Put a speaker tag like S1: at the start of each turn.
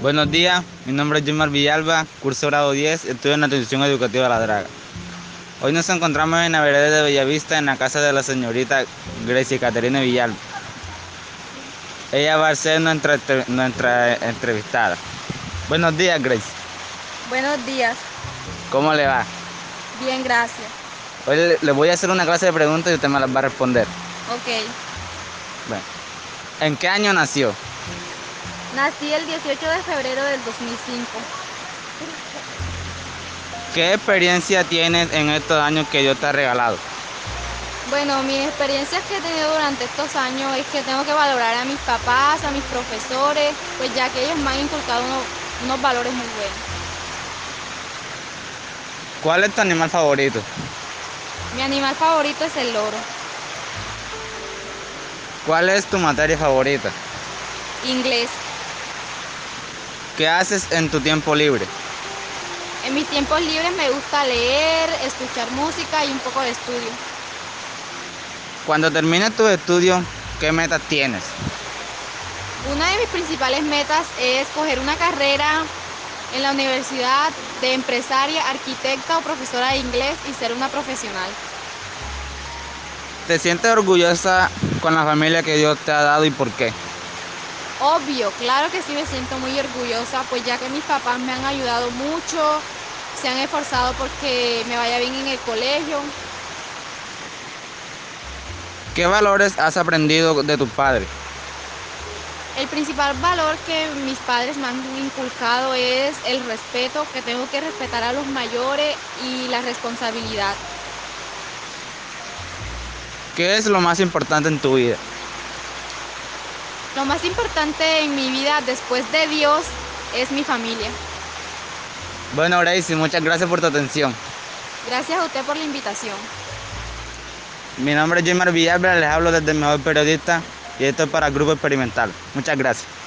S1: Buenos días, mi nombre es Jimar Villalba, curso grado 10, estudio en la institución educativa La Draga. Hoy nos encontramos en la vereda de Bellavista en la casa de la señorita Grecia Caterina Villalba. Ella va a ser nuestra, nuestra entrevistada. Buenos días, Grace.
S2: Buenos días.
S1: ¿Cómo le va?
S2: Bien, gracias.
S1: Hoy le- le voy a hacer una clase de preguntas y usted me las va a responder.
S2: Ok.
S1: Bueno. ¿En qué año nació?
S2: Nací el 18 de febrero del 2005.
S1: ¿Qué experiencia tienes en estos años que Dios te ha regalado?
S2: Bueno, mis experiencias que he tenido durante estos años es que tengo que valorar a mis papás, a mis profesores, pues ya que ellos me han inculcado unos, unos valores muy buenos.
S1: ¿Cuál es tu animal favorito?
S2: Mi animal favorito es el loro,
S1: ¿Cuál es tu materia favorita?
S2: inglés.
S1: ¿Qué haces en tu tiempo libre?
S2: En mis tiempos libres me gusta leer, escuchar música y un poco de estudio.
S1: Cuando termines tus estudios, ¿qué metas tienes?
S2: Una de mis principales metas es coger una carrera en la universidad de empresaria, arquitecta o profesora de inglés y ser una profesional.
S1: ¿Te sientes orgullosa con la familia que Dios te ha dado y por qué?
S2: Obvio, claro que sí me siento muy orgullosa, pues ya que mis papás me han ayudado mucho, se han esforzado porque me vaya bien en el colegio.
S1: ¿Qué valores has aprendido de tus padres?
S2: El principal valor que mis padres me han inculcado es el respeto, que tengo que respetar a los mayores y la responsabilidad.
S1: ¿Qué es lo más importante en tu vida?
S2: Lo más importante en mi vida después de Dios es mi familia.
S1: Bueno, Gracie, muchas gracias por tu atención.
S2: Gracias a usted por la invitación.
S1: Mi nombre es Jimmer Villalba, les hablo desde el mejor periodista y esto es para Grupo Experimental. Muchas gracias.